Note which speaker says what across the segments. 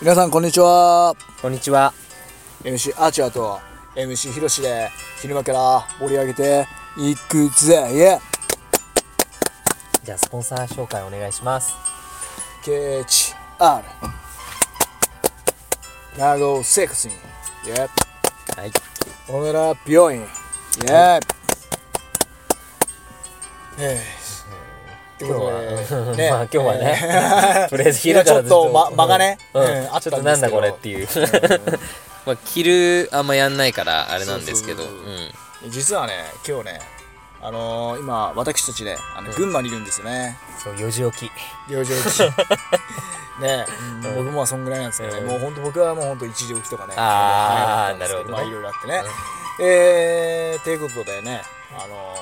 Speaker 1: 皆さんこんにちは
Speaker 2: こんにちは。
Speaker 1: MC アーチャーと MC ひろしで昼間から盛り上げていくぜイエ
Speaker 2: じゃあスポンサー紹介お願いします。
Speaker 1: ー KHR ラゴセクシーイエー
Speaker 2: はい。
Speaker 1: オネラ病院イエーえー
Speaker 2: 今日は、
Speaker 1: ね
Speaker 2: まあ今日はね、 とりあえず昼からず
Speaker 1: ちょっとま間がね
Speaker 2: うん
Speaker 1: うんあったんですけ
Speaker 2: ちょ
Speaker 1: ど
Speaker 2: っとなんだこれっていう。 まあ昼あんまやんないからあれなんですけど、う
Speaker 1: そうそうそうん実はね今日ねあのー、今私たちねあの群馬にいるんですよね、
Speaker 2: そう四時起き。
Speaker 1: 領上起き ねえ、僕もはそんぐらいなんですけどね、
Speaker 2: うん
Speaker 1: もう本当僕はもう本当一時起きとかね早かった
Speaker 2: あー
Speaker 1: んですけ
Speaker 2: な
Speaker 1: まあ
Speaker 2: るほどね
Speaker 1: いろいろあってね、えー、ということでねあの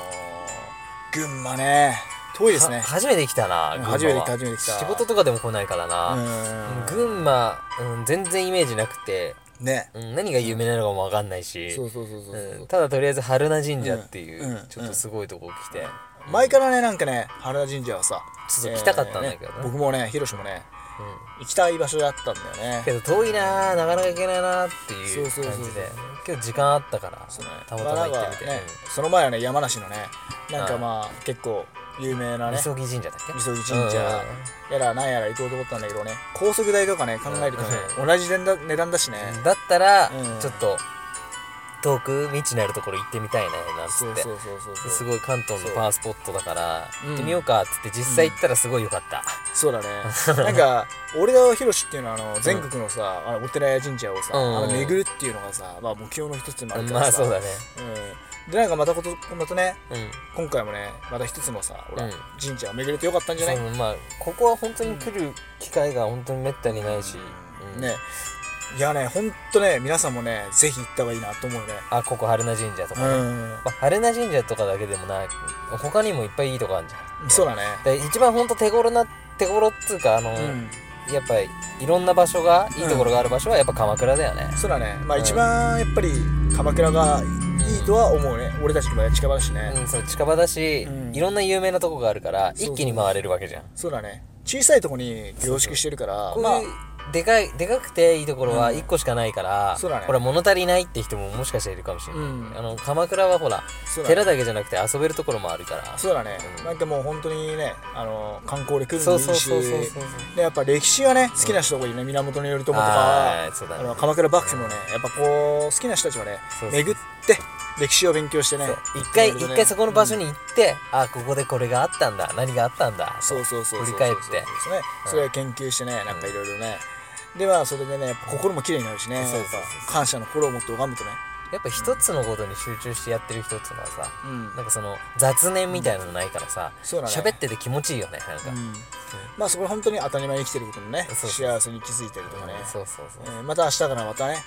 Speaker 1: ー、群馬ね遠いです
Speaker 2: は
Speaker 1: ね
Speaker 2: 初めて来たな。群馬は
Speaker 1: 初めて来た初めて来た
Speaker 2: 仕事とかでも来ないから
Speaker 1: う
Speaker 2: な。
Speaker 1: ーん
Speaker 2: 群馬、うん、全然イメージなくて、
Speaker 1: ね
Speaker 2: うん、何が有名なのかもわかんないし。
Speaker 1: そうそうそうそう、
Speaker 2: うんただとりあえず春名神社っていう、
Speaker 1: うんうん
Speaker 2: ちょっとすごいとこ来て、
Speaker 1: 前からねなんかね原田神社はさ
Speaker 2: ちょっと来たかったんだけどね
Speaker 1: えーね僕もね広島もね
Speaker 2: うん
Speaker 1: 行きたい場所だったんだよね
Speaker 2: けど遠いなあなかなか行けないなあっていう
Speaker 1: そ
Speaker 2: 感
Speaker 1: う
Speaker 2: じ
Speaker 1: そうそうそ
Speaker 2: で
Speaker 1: う
Speaker 2: 今日時間あったから
Speaker 1: そうね
Speaker 2: たまたま行ってみて、
Speaker 1: まあなんかねその前はね山梨のねなんか
Speaker 2: はい
Speaker 1: まあ、結構有名な
Speaker 2: うん
Speaker 1: ね
Speaker 2: 磯木神社だっけ
Speaker 1: 磯木神社
Speaker 2: うん
Speaker 1: やらなんやら行こうと思ったんだけどね高速代とかね考えるとね、同じ値段値段だしね、
Speaker 2: だったら、
Speaker 1: うん
Speaker 2: ちょっと遠く未知なるところ行ってみたいねなんつ
Speaker 1: そ
Speaker 2: っ
Speaker 1: う
Speaker 2: て
Speaker 1: そうそうそう
Speaker 2: す
Speaker 1: そう
Speaker 2: ごい関東のパワースポットだから
Speaker 1: うん
Speaker 2: 行ってみようかっつって実際行ったらすごい良かった、
Speaker 1: そうだねなんか俺とヒロシっていうのはあの全国のさ、あのお寺や神社をさ、
Speaker 2: うん
Speaker 1: あの巡るっていうのがさ、まあ、目標の一つでもあるか
Speaker 2: ま
Speaker 1: ら
Speaker 2: あ
Speaker 1: さ、
Speaker 2: そうだね
Speaker 1: うん、でなんかまたことまたね
Speaker 2: うん
Speaker 1: 今回もねまた一つのさほら、
Speaker 2: うん
Speaker 1: 神社を巡れてよかったんじゃない、
Speaker 2: そうまあここは本当に来る機会が本当にめったにないし、うん
Speaker 1: ねいやねほんとね皆さんもねぜひ行った方がいいなと思うね
Speaker 2: あここ春名神社とか、
Speaker 1: うん
Speaker 2: まあ、春名神社とかだけでもない他にもいっぱいいいとこあるじゃん
Speaker 1: そうだね
Speaker 2: で一番ほんと手頃な手頃っつうかあの、
Speaker 1: うん
Speaker 2: やっぱりいろんな場所がいいところがある場所はやっぱ鎌倉だよね、
Speaker 1: そうだねまあ
Speaker 2: うん
Speaker 1: 一番やっぱり鎌倉がいいとは思うね俺たちの場合は近場だしね、
Speaker 2: うん、そう近場だし、
Speaker 1: うん
Speaker 2: いろんな有名なとこがあるから
Speaker 1: そうそう
Speaker 2: 一気に回れるわけじゃん
Speaker 1: そうだね小さいとこに凝縮してるから
Speaker 2: こう
Speaker 1: ま
Speaker 2: いうでかいでかくていいところは
Speaker 1: うん
Speaker 2: 1個しかないから、
Speaker 1: そうだね
Speaker 2: ほら物足りないって人ももしかしたらいるかもしれない、
Speaker 1: うん
Speaker 2: あの鎌倉はほら
Speaker 1: あそうだ
Speaker 2: 寺
Speaker 1: ね
Speaker 2: だけじゃなくて遊べるところもあるから
Speaker 1: そうだね、
Speaker 2: うん
Speaker 1: なんかもう本当にねあの観光で来るの
Speaker 2: そ
Speaker 1: もい
Speaker 2: う
Speaker 1: い
Speaker 2: そう
Speaker 1: し
Speaker 2: そうそうそう
Speaker 1: でやっぱ歴史がね好きな人がいるね、源頼朝と
Speaker 2: は
Speaker 1: か
Speaker 2: いそうだ
Speaker 1: あ
Speaker 2: ね
Speaker 1: の鎌倉幕府もねやっぱこう好きな人たちはね
Speaker 2: そうそう
Speaker 1: 巡って歴史を勉強してね
Speaker 2: そう一回
Speaker 1: 行ってもらえると
Speaker 2: 一
Speaker 1: ね
Speaker 2: 回そこの場所に行って、あここでこれがあったんだ何があったんだ
Speaker 1: そうそうそうそう
Speaker 2: 振り返って
Speaker 1: そうそうそうね
Speaker 2: うん
Speaker 1: それを研究してねなんかいろいろね、でまあそれでねやっぱ心も綺麗になるしねやっ
Speaker 2: そうそうそう
Speaker 1: ぱ感謝の心を持って拝むとね
Speaker 2: やっぱ一つのことに集中してやってる人っていうのはさ
Speaker 1: うん
Speaker 2: なんかその雑念みたいなのないからさ
Speaker 1: そうだね
Speaker 2: 喋ってて気持ちいいよねなんか、
Speaker 1: うんまあそこは本当に当たり前に生きてることのね
Speaker 2: そうそう
Speaker 1: 幸せに気づいてるとかね、
Speaker 2: そうそうそう、
Speaker 1: えーまた明日からまたね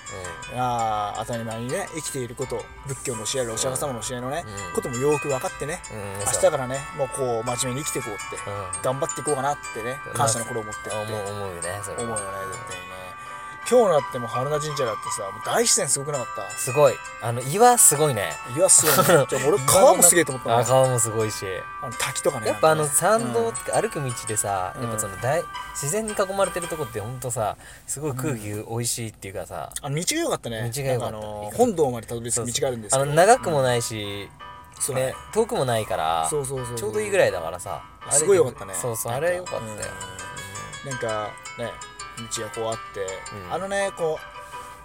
Speaker 1: あー当たり前にね生きていること仏教の教えるお釈迦様の教えのね、
Speaker 2: うん
Speaker 1: こともよく分かってね、
Speaker 2: うん、うん、
Speaker 1: 明日
Speaker 2: そう
Speaker 1: からねもうこう真面目に生きていこうって、頑張っていこうかなってね
Speaker 2: うん
Speaker 1: 感謝の心を持ってって
Speaker 2: うん、思う思うよねそれ
Speaker 1: 思うよね
Speaker 2: は
Speaker 1: 絶対にね今日のだってもう春名神社だってさもう大自然すごくなかった
Speaker 2: すごいあの岩すごいね
Speaker 1: いや、すごいね。じゃあ俺、 川もすげえと思った
Speaker 2: あ
Speaker 1: な。
Speaker 2: 川もすごいし
Speaker 1: あの滝とかね。
Speaker 2: やっぱあの
Speaker 1: なんか
Speaker 2: 参道とか歩く道でさ、
Speaker 1: うん
Speaker 2: やっぱその大自然に囲まれてるとこってほんとさすごい空気美味しいっていうかさ、
Speaker 1: あの道が良かったね。
Speaker 2: 道が良かった
Speaker 1: なんあ
Speaker 2: 行
Speaker 1: の
Speaker 2: く
Speaker 1: 本堂までたどり
Speaker 2: そ
Speaker 1: 着
Speaker 2: う
Speaker 1: く
Speaker 2: そう
Speaker 1: 道があるんです
Speaker 2: あ
Speaker 1: け
Speaker 2: の
Speaker 1: ど。
Speaker 2: 長くもないし、
Speaker 1: そうだね
Speaker 2: ね、遠くもないから
Speaker 1: そうそうそう。
Speaker 2: ちょうどいいぐら
Speaker 1: い。
Speaker 2: いだからさ歩て
Speaker 1: すごい良かったね。
Speaker 2: そうそう
Speaker 1: な
Speaker 2: あ
Speaker 1: んか
Speaker 2: れ良かったよ、
Speaker 1: うんなんか、ね、道がこうあって
Speaker 2: う、ん
Speaker 1: あのね、こう。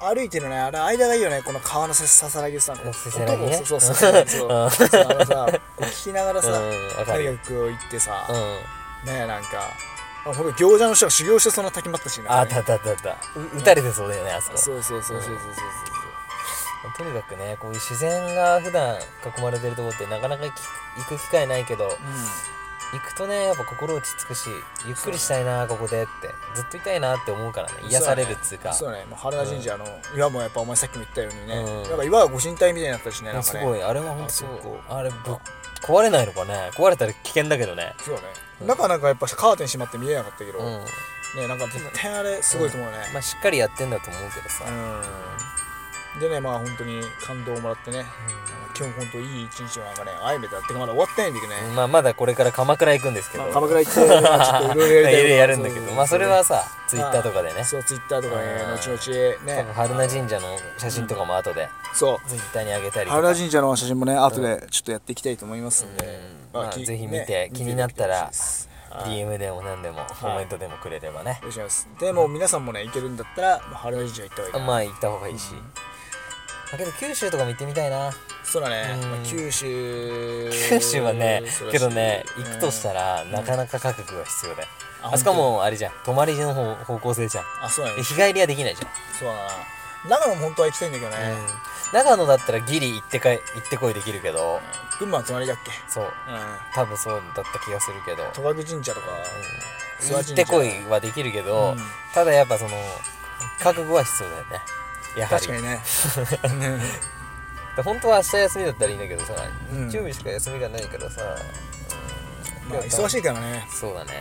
Speaker 1: 歩いてるね、あれ間がいいよね、この川のせささらぎさ、こう
Speaker 2: せせらぎね
Speaker 1: 音をそうそう そうそう。
Speaker 2: うん
Speaker 1: そうあのさ、こう聞きながら
Speaker 2: うん
Speaker 1: さ、
Speaker 2: わか
Speaker 1: 大
Speaker 2: るよ
Speaker 1: 学を行ってさ
Speaker 2: う、ん
Speaker 1: ね、なんか、あほんと行者の人が修行してそんな滝もあったしね。
Speaker 2: ああったあったあったあったう打たれてそうだよねあそこ
Speaker 1: そうそうそうそうそうそうそう。
Speaker 2: とにかくねこういう自然が普段囲まれてるとこってなかなかき行く機会ないけど
Speaker 1: う
Speaker 2: 行くとねやっぱ心落ち着くしゆっくりしたいなここでってずっといたいなって思うからね
Speaker 1: ん
Speaker 2: 癒されるっつうか
Speaker 1: そうだねもう原田神社の岩もやっぱお前さっきも言ったようにね、
Speaker 2: う
Speaker 1: な
Speaker 2: ん
Speaker 1: んか岩がご神体みたいになったしねなんかね
Speaker 2: すごいあれは本
Speaker 1: あそこ
Speaker 2: 当あれぶっ壊れないのかね壊れたら危険だけどね
Speaker 1: そうだね、
Speaker 2: うん
Speaker 1: 中なんかやっぱカーテン閉まって見えなかったけど、
Speaker 2: うん
Speaker 1: ねなんか絶対あれすごいと思うね、
Speaker 2: まあしっかりやってんだと思うけどさ
Speaker 1: うんでねまあ本当に感動をもらってね、なんか今日本当いい一日の中ねあいめだってかまだ終わってないんだけどね、
Speaker 2: まあまだこれから鎌倉行くんですけど、
Speaker 1: まあ、鎌倉行ってまあちょっといろいろやりたい
Speaker 2: い
Speaker 1: こと
Speaker 2: ろいろやるんだけどまあそれはさツイッターとかでね
Speaker 1: そうツイッターとかね
Speaker 2: うん
Speaker 1: 後々
Speaker 2: 多
Speaker 1: ね
Speaker 2: 分春名神社の写真とかも後で
Speaker 1: そう
Speaker 2: ツイッターに上げたりと
Speaker 1: 原
Speaker 2: か
Speaker 1: 田神社の写真もね後でちょっとやっていきたいと思いますんで、
Speaker 2: うんまあ
Speaker 1: き
Speaker 2: ぜひ見
Speaker 1: ね
Speaker 2: て気になったら
Speaker 1: 見ていただきたいですはい
Speaker 2: DM でも何でもコメントでもくれればね
Speaker 1: お願いしますでもう皆さんもね行けるんだったらもう原田神社行った方がいいな
Speaker 2: まあ行った方がいいしだけど九州とかも行ってみたいな
Speaker 1: そうだね、
Speaker 2: うん
Speaker 1: まあ、九州
Speaker 2: 九州はね
Speaker 1: そうらしい
Speaker 2: けどね行くとしたらなかなか価格が必要であそこはもうあれじゃん泊まりの方方向性じゃん
Speaker 1: あそうだね
Speaker 2: 日帰りはできないじゃん
Speaker 1: そうだな長野も本当は行きたいんだけどね、
Speaker 2: うん長野だったらギリ行ってかい行ってこいできるけど
Speaker 1: 群馬は隣だっけ
Speaker 2: そう
Speaker 1: うん
Speaker 2: 多分そうだった気がするけど
Speaker 1: 戸隠神社とか、諏
Speaker 2: 行
Speaker 1: 訪神
Speaker 2: っ
Speaker 1: 社
Speaker 2: てこいはできるけ
Speaker 1: う
Speaker 2: ど、
Speaker 1: ん
Speaker 2: ただやっぱその覚悟は必要だよねやはり
Speaker 1: 確かにね
Speaker 2: 本当は明日休みだったらいいんだけどさ、
Speaker 1: うん
Speaker 2: 日曜日しか休みがないからさ、
Speaker 1: まあ忙しいからね
Speaker 2: そうだね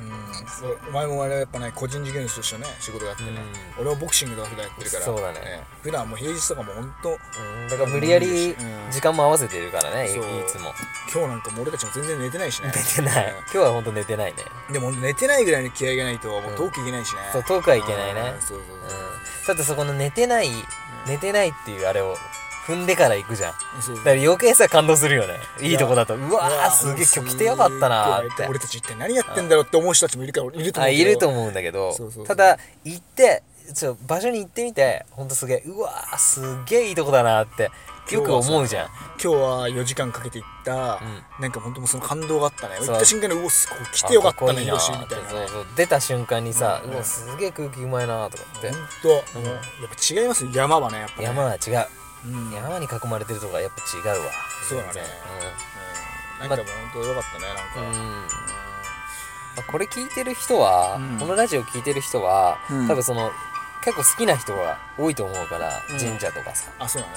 Speaker 1: うんそうお前もあれやっぱね個人事業主としてね仕事があってね、
Speaker 2: う
Speaker 1: 俺はボクシングとか普段やってるから
Speaker 2: そうだね
Speaker 1: 普段はもう平日とかも本当
Speaker 2: うんだから無理やり
Speaker 1: うん
Speaker 2: 時間も合わせてるからね、い
Speaker 1: そう
Speaker 2: いつも
Speaker 1: 今日なんかもう俺たちも全然寝てないしね
Speaker 2: 寝てない今日は本当寝てないね、
Speaker 1: うんでも寝てないぐらいの気合がないともう遠く行けないしね、
Speaker 2: そう遠くはいけないね
Speaker 1: うんそうそう
Speaker 2: うん
Speaker 1: そう、
Speaker 2: だってそこの寝てない寝てないっていうあれを踏んでから行くじゃん
Speaker 1: そう
Speaker 2: だから余計さ感動するよねいいとこだとうわ
Speaker 1: う
Speaker 2: ーすげえ今日来てよかったなー
Speaker 1: す
Speaker 2: っ
Speaker 1: げえ
Speaker 2: て
Speaker 1: 俺たち一体何やってんだろうって思う人たちもいるからいると思
Speaker 2: あ
Speaker 1: うけど
Speaker 2: いると思うんだけど
Speaker 1: そうそうそう
Speaker 2: ただ行ってちょ場所に行ってみてほんとすげえうわーすげえいいとこだなってよく思うじゃん
Speaker 1: 今日は4時間かけて行った、なんか本当もうその感動があったね
Speaker 2: そう
Speaker 1: 行った瞬間にうおすこう来てよかった
Speaker 2: あこ
Speaker 1: ね
Speaker 2: こいい
Speaker 1: よ
Speaker 2: な
Speaker 1: し
Speaker 2: ー
Speaker 1: み
Speaker 2: って
Speaker 1: たいな
Speaker 2: そう
Speaker 1: ね
Speaker 2: そう出た瞬間にさ
Speaker 1: うん
Speaker 2: うわすげえ空気うまいなーとかって
Speaker 1: 本当、もうやっぱ違いますよ山はねやっぱね
Speaker 2: 山は違う
Speaker 1: うん、うん
Speaker 2: 山に囲まれてるとこはやっぱ違うわ
Speaker 1: そうだね
Speaker 2: 全然
Speaker 1: なんかもう本当よかったねなんか、
Speaker 2: うんうんまあこれ聞いてる人は、
Speaker 1: うん
Speaker 2: このラジオ聞いてる人は、
Speaker 1: うん
Speaker 2: 多分その結構好きな人が多いと思うから、
Speaker 1: うん
Speaker 2: 神社とかさ、
Speaker 1: あそうだね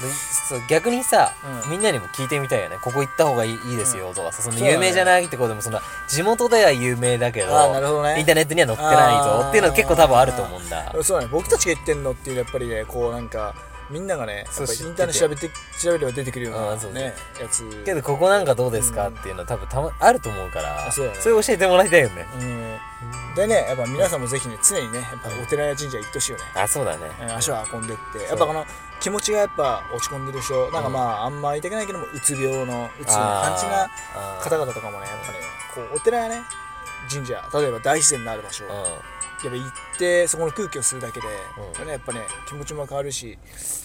Speaker 2: うんで
Speaker 1: う
Speaker 2: そう逆にさ、
Speaker 1: うん
Speaker 2: みんなにも聞いてみたいよねここ行った方がいいいいですよとかさその
Speaker 1: そうだね
Speaker 2: 有名じゃないってことでもその地元では有名だけど
Speaker 1: あーなるほどね
Speaker 2: インターネットには載ってない
Speaker 1: あー
Speaker 2: ぞっていうの結構多分あると思うんだ
Speaker 1: ん、そうだね僕たちが言ってんのっていうのはやっぱりねこうなんかみんながねやっぱ
Speaker 2: そう
Speaker 1: り
Speaker 2: 知ってて
Speaker 1: インターネット調べて調べれば出てくるような
Speaker 2: あそうそう
Speaker 1: ねやつ
Speaker 2: けどここなんかどうですか
Speaker 1: うん
Speaker 2: っていうのは多分たまあると思うから、
Speaker 1: あそうだね
Speaker 2: れ教えてもらいたいよね、
Speaker 1: うんでねやっぱ皆さんもぜひね常にねやっぱお寺や神社行ってほしいよね、
Speaker 2: あそうだね、
Speaker 1: うん足を運んでってやっぱこの気持ちがやっぱ落ち込んでる人なんかまああんま言いたくないけどもうつ病のうつの感じな
Speaker 2: あー
Speaker 1: 方々とかもねやっぱねこうお寺やね神社例えば大自然のある場所
Speaker 2: う
Speaker 1: やっ
Speaker 2: ん
Speaker 1: ぱ行ってそこの空気を吸うだけで、
Speaker 2: うん
Speaker 1: ね、やっぱね気持ちも変わるし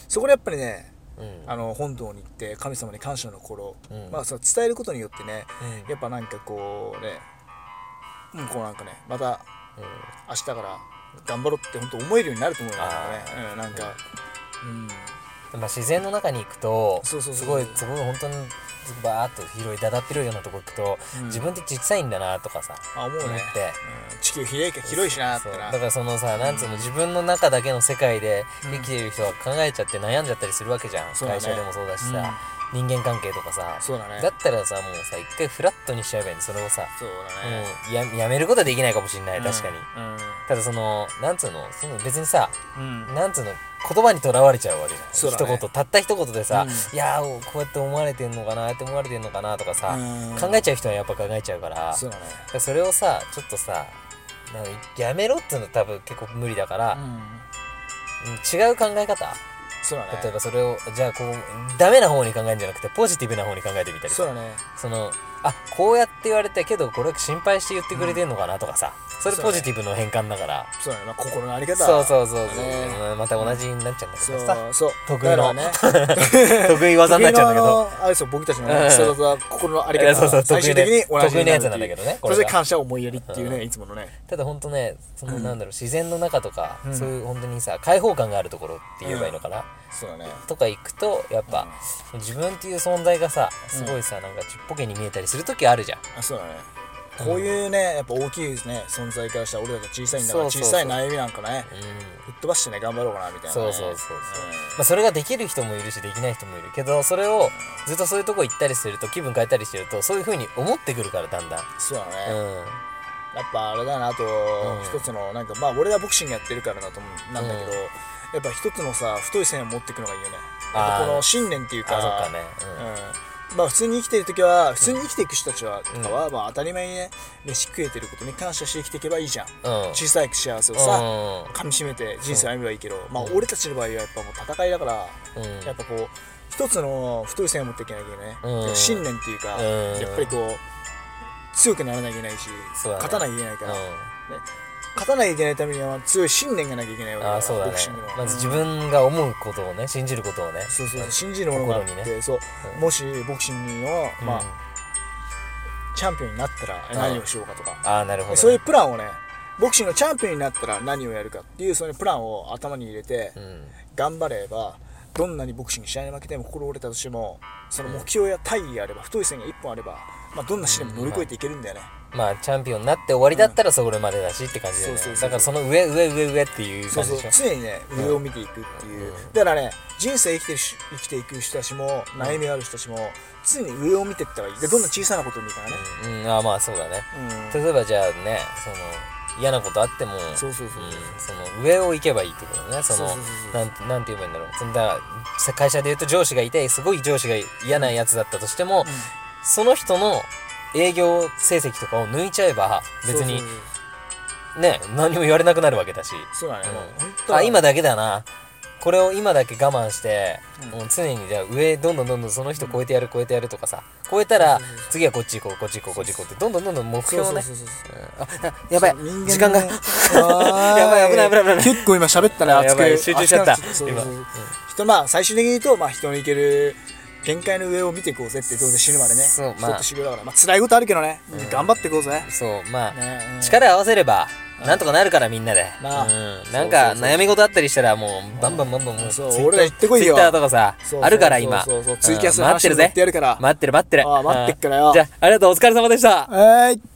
Speaker 1: そこでやっぱりね
Speaker 2: うん
Speaker 1: あの本堂に行って神様に感謝の心、
Speaker 2: うん
Speaker 1: まあ、その伝えることによってね
Speaker 2: うん
Speaker 1: やっぱなんかこうねうんこうなんかねまた
Speaker 2: うん
Speaker 1: 明日から頑張ろうって本当思えるようになると思うんだよね、うん、なんか、うん、
Speaker 2: まあ、自然の中に行くと
Speaker 1: そうそうそう
Speaker 2: すごいすごい本当にバーっと広いだだっ広いようなとこ行くと、
Speaker 1: うん
Speaker 2: 自分って小さいんだなとかさ
Speaker 1: あ思うね、
Speaker 2: 思って
Speaker 1: うん、地球広いけ広いしなって
Speaker 2: そう
Speaker 1: な
Speaker 2: だからそのさなんつうの、自分の中だけの世界で生きている人は考えちゃって悩んじゃったりするわけじゃん、
Speaker 1: そうだね
Speaker 2: 会社でもそうだしさ、人間関係とかさ
Speaker 1: そうだね
Speaker 2: だったらさもうさ一回フラットにしちゃえばいいのそれをさ、
Speaker 1: そうだね、
Speaker 2: うん、ややめることはできないかもしれない確かに、ただそのなんつうのその別にさ
Speaker 1: うん、うん
Speaker 2: なんつうの言葉にとらわれちゃうわけじゃん
Speaker 1: そうだね
Speaker 2: 一言たった一言でさ、
Speaker 1: う
Speaker 2: いやーこうやって思われてんのかなって思われてんのかなとかさ、
Speaker 1: うん
Speaker 2: 考えちゃう人はやっぱ考えちゃうから
Speaker 1: そうだね
Speaker 2: だからそれをさちょっとさなんかやめろっていうのは多分結構無理だから、
Speaker 1: うん
Speaker 2: うん違う考え方
Speaker 1: そうだね
Speaker 2: 例えばそれをじゃあこうダメな方に考えるんじゃなくてポジティブな方に考えてみたり
Speaker 1: そうだね
Speaker 2: そのあこうやって言われたけどこれ心配して言ってくれてんのかなとかさ、それ
Speaker 1: そうね
Speaker 2: ポジティブの変換だから
Speaker 1: そうだね、まあ、心のあり方
Speaker 2: そうそうそうそう、
Speaker 1: ね
Speaker 2: うんまた同じになっちゃうんだけ
Speaker 1: そ
Speaker 2: どさ
Speaker 1: うそう
Speaker 2: 得意
Speaker 1: だ
Speaker 2: の
Speaker 1: からね
Speaker 2: 得意技になっちゃうんだけど
Speaker 1: 得意のあれですよ僕たちのね
Speaker 2: うん
Speaker 1: 必殺技心のあり
Speaker 2: い
Speaker 1: 方
Speaker 2: やそうそう
Speaker 1: が最終的に同じ
Speaker 2: 得意なやつ
Speaker 1: にる
Speaker 2: なんだ
Speaker 1: ってい
Speaker 2: け
Speaker 1: う
Speaker 2: どねこ
Speaker 1: それ
Speaker 2: れ
Speaker 1: で
Speaker 2: が
Speaker 1: 感謝を思いやりっていうねいつものね
Speaker 2: ただ本当ねそのなんだろう、自然の中とか、そういう本当にさ開放感があるところって言えばいいのかな、
Speaker 1: そうだね
Speaker 2: とか行くとやっぱ、自分っていう存在がさすごいさ、なんかちっぽけに見えたりする時あるじゃん
Speaker 1: あそうだねこういうねやっぱ大きいですね存在からしたら俺らが小さいんだから
Speaker 2: そうそうそう
Speaker 1: 小さい悩みなんかね
Speaker 2: うん、
Speaker 1: 吹っ飛ばしてね頑張ろうかなみたいなね
Speaker 2: そうそうそうそう、まあ、それができる人もいるしできない人もいるけどそれをずっとそういうとこ行ったりすると気分変えたりしてるとそういう風に思ってくるからだんだん
Speaker 1: うんそうだね
Speaker 2: うん
Speaker 1: やっぱあれだなあと
Speaker 2: ん
Speaker 1: 一つのなんかまあ俺らボクシングやってるからだと思うなんだけど
Speaker 2: うん
Speaker 1: やっぱ一つのさ太い線を持っていくのがいいよね
Speaker 2: あー
Speaker 1: この信念っていうか
Speaker 2: あそっかね
Speaker 1: うんまあ普通に生きてる時は普通に生きていく人たちはとかは、まあ、当たり前にね飯食えてることに感謝して生きていけばいいじゃん、
Speaker 2: うん
Speaker 1: 小さい幸せをさ、
Speaker 2: うん
Speaker 1: 噛みしめて人生を歩めばいいけど、まあ俺たちの場合はやっぱもう戦いだから、
Speaker 2: うん
Speaker 1: やっぱこう一つの太い線を持っていけなきゃいけないね、
Speaker 2: うん
Speaker 1: 信念っていうか、
Speaker 2: うん
Speaker 1: やっぱりこう強くならなきゃいけないし、
Speaker 2: そうだね
Speaker 1: 勝たなきゃいけないから、
Speaker 2: うん
Speaker 1: 勝たなきゃいけないためには強い信念がなきゃいけないわけ
Speaker 2: ああ
Speaker 1: だ
Speaker 2: そ
Speaker 1: か
Speaker 2: う
Speaker 1: らボ
Speaker 2: だね
Speaker 1: クシングの、
Speaker 2: まず自分が思うことをね信じることをね
Speaker 1: そうそうそう信じるものがあって、
Speaker 2: 心に
Speaker 1: そう、
Speaker 2: うん
Speaker 1: もしボクシングの、
Speaker 2: うん
Speaker 1: まあ、チャンピオンになったら
Speaker 2: ん
Speaker 1: 何をしようかとか、
Speaker 2: ああなるほどね
Speaker 1: そういうプランをねボクシングのチャンピオンになったら何をやるかっていうそのプランを頭に入れて、
Speaker 2: うん
Speaker 1: 頑張ればどんなにボクシング試合に負けても心折れたとしてもその目標や大義があれば太い線が1本あれば、まあ、どんな試練も乗り越えていけるんだよね、
Speaker 2: まあチャンピオンになって終わりだったらそれまでだしって感じだよね
Speaker 1: そうそうそう
Speaker 2: だからその上上上上っていう
Speaker 1: そ
Speaker 2: 感
Speaker 1: う
Speaker 2: じ
Speaker 1: そう
Speaker 2: でしょ
Speaker 1: 常にね上を見ていくっていう、だからね人生生きてるし生きていく人たちも悩みがある人たちも常に上を見ていった方がいいでどんな小さなこともいいからね、
Speaker 2: うんああまあそうだね
Speaker 1: うん
Speaker 2: 例えばじゃあねその嫌なことあっても
Speaker 1: そうそうそう
Speaker 2: うんその上を行けばいいってことねその
Speaker 1: そうそうそうそ
Speaker 2: なんなんて言えばいいんだろうそのだから会社で言うと上司がいてすごい上司が嫌なやつだったとしても、その人の営業成績とかを抜いちゃえば別に
Speaker 1: そうそう
Speaker 2: ね何も言われなくなるわけだし
Speaker 1: そうそうだね、もう本当は
Speaker 2: あ今だけだなこれを今だけ我慢して、
Speaker 1: うん
Speaker 2: もう常にじゃあ上どんどんどんどんその人超えてやる超えてやるとかさ超えたら
Speaker 1: そうそう
Speaker 2: 次はこっち行こうこっち行こうこっち行こうってどんどんどんどん目
Speaker 1: そう
Speaker 2: 標を
Speaker 1: そう
Speaker 2: ね
Speaker 1: そうそう
Speaker 2: ああやばい
Speaker 1: 人間の
Speaker 2: 時間が
Speaker 1: あー
Speaker 2: やばい危ない危ない危ない
Speaker 1: 結構今喋ったね
Speaker 2: あやばい
Speaker 1: 熱く
Speaker 2: 集中しちゃった
Speaker 1: 熱くなそうそうそう
Speaker 2: 今うん
Speaker 1: 人まあ最終的に言うとまあ人に行ける限界の上を見ていこうぜってどうせ死ぬまでね
Speaker 2: そうま
Speaker 1: 人
Speaker 2: あ
Speaker 1: って修行だからまあ辛いことあるけどね、頑張っていこうぜ、
Speaker 2: そうまあ、
Speaker 1: ねうん
Speaker 2: 力合わせればなんとかなるからみんなで、
Speaker 1: なあ
Speaker 2: うん、なんか
Speaker 1: そうそうそう
Speaker 2: 悩み事あったりしたらもうバンバンバンバンもう
Speaker 1: そう
Speaker 2: ツイッター
Speaker 1: 俺ら行ってこいよ
Speaker 2: ツイッターとかさ
Speaker 1: そうそう
Speaker 2: あるから今
Speaker 1: そうそうそう
Speaker 2: うん
Speaker 1: ツイキャスの
Speaker 2: 待ってる
Speaker 1: 話もや
Speaker 2: ぜ
Speaker 1: ってやるから
Speaker 2: 待ってる待ってる
Speaker 1: ああ待ってっからよ
Speaker 2: うんじゃあありがとうお疲れ様でした
Speaker 1: はい